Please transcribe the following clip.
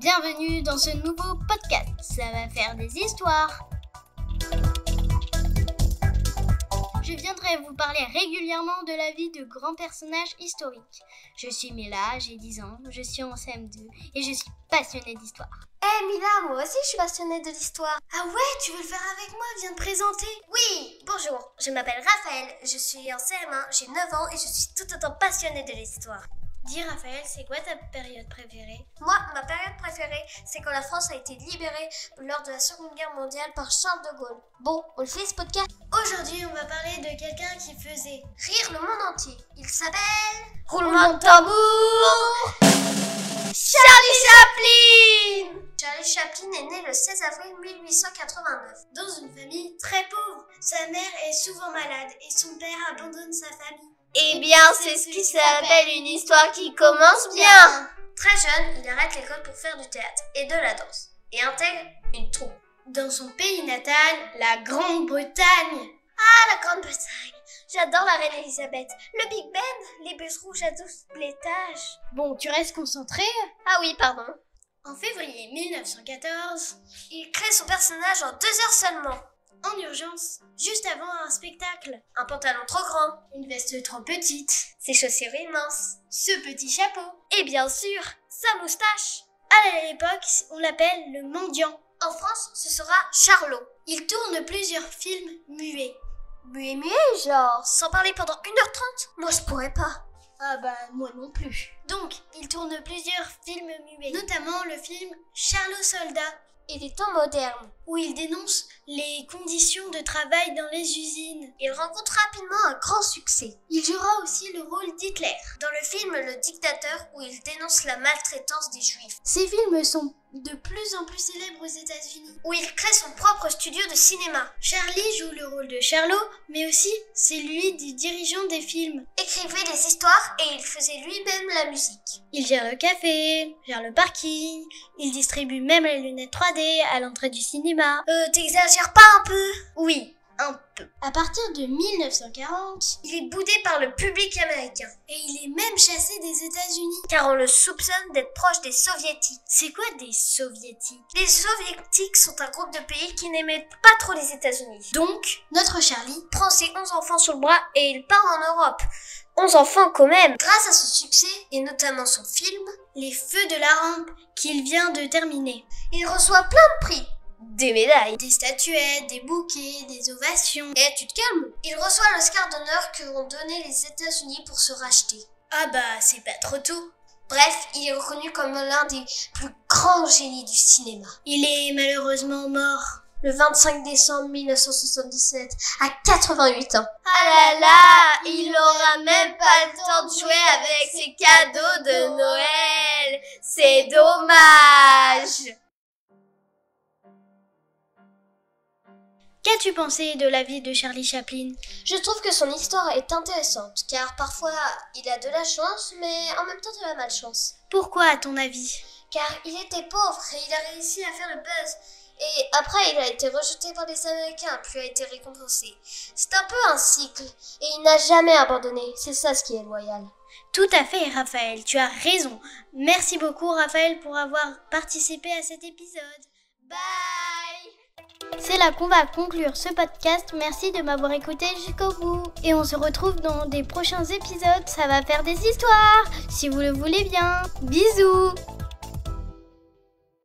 bienvenue dans ce nouveau podcast. Ça va faire des histoires. Je viendrai vous parler régulièrement de la vie de grands personnages historiques. Je suis Mila, j'ai 10 ans, je suis en CM2 et je suis passionnée d'histoire. Eh Mila, moi aussi je suis passionnée de l'histoire. Ah ouais, tu veux le faire avec moi Viens te présenter. Oui, bonjour, je m'appelle Raphaël, je suis en CM1, j'ai 9 ans et je suis tout autant passionnée de l'histoire. Dis Raphaël, c'est quoi ta période préférée Moi, ma période préférée, c'est quand la France a été libérée lors de la Seconde Guerre mondiale par Charles de Gaulle. Bon, on le fait ce podcast Aujourd'hui, on va parler de quelqu'un qui faisait. Rire le monde entier. Il s'appelle... Roulement de tambour Charlie Chaplin Charlie Chaplin est né le 16 avril 1889. Dans une famille très pauvre, sa mère est souvent malade et son père abandonne sa famille. Eh bien, c'est ce qui s'appelle une histoire qui commence bien. Très jeune, il arrête l'école pour faire du théâtre et de la danse. Et intègre une troupe. Dans son pays natal, la Grande-Bretagne, À Ah, la Grande-Bretagne, j'adore la Reine Elisabeth, le Big Ben, les bus rouges à tous les tâches. Bon, tu restes concentré. Ah oui, pardon. En février 1914, Il crée son personnage en deux heures seulement. en urgence, juste avant un spectacle, Un pantalon trop grand, une veste trop petite, ses chaussures immenses, ce petit chapeau, et bien sûr, sa moustache. à l'époque, on l'appelle le mendiant. En France, ce sera Charlot. Il tourne plusieurs films muets. Muet, muet, genre, sans parler pendant 1h30 Moi, je pourrais pas. Ah bah, moi non plus. Donc, il tourne plusieurs films muets, notamment le film Charlot Soldat, Et les temps modernes. où il dénonce les conditions de travail dans les usines. Il rencontre rapidement un grand succès. Il jouera aussi le rôle d'Hitler. Dans le film Le Dictateur, où il dénonce la maltraitance des juifs. Ces films sont de plus en plus célèbres aux États-Unis. Où il crée son propre studio de cinéma. Charlie joue le rôle de Charlot, mais aussi c'est lui du dirigeant des films. Écrivait des histoires et il faisait lui-même la musique. Il gère le café, gère le parking, il distribue même les lunettes 3D à l'entrée du cinéma. Euh, t'exagères pas un peu Oui, un peu. À partir de 1940, Il est boudé par le public américain. et il est même chassé des États-Unis. Car on le soupçonne d'être proche des soviétiques. C'est quoi des soviétiques Les soviétiques sont un groupe de pays qui n'aimaient pas trop les États-Unis. Donc, notre Charlie, prend ses 11 enfants sous le bras et il part en Europe. 11 enfants quand même Grâce à son succès, et notamment son film, les feux de la rampe qu'il vient de terminer. il reçoit plein de prix. Des médailles. Des statuettes, des bouquets, des ovations. Eh, tu te calmes Il reçoit l'Oscar d'honneur que ont donné les États-Unis pour se racheter. Ah bah, c'est pas trop tôt. Bref, il est reconnu comme l'un des plus grands génies du cinéma. Il est malheureusement mort. Le 25 décembre 1977, à 88 ans. Ah là là, il aura même pas le temps de jouer avec ses cadeaux de Noël. C'est dommage. Qu'as-tu pensé de la vie de Charlie Chaplin Je trouve que son histoire est intéressante, car parfois il a de la chance, mais en même temps de la malchance. Pourquoi, à ton avis car il était pauvre et il a réussi à faire le buzz. Et après, il a été rejeté par les Américains, puis a été récompensé. C'est un peu un cycle, et il n'a jamais abandonné. C'est ça ce qui est loyal. Tout à fait, Raphaël, tu as raison. Merci beaucoup, Raphaël, pour avoir participé à cet épisode. Bye C'est là qu'on va conclure ce podcast. Merci de m'avoir écouté jusqu'au bout. Et on se retrouve dans des prochains épisodes. Ça va faire des histoires, si vous le voulez bien. Bisous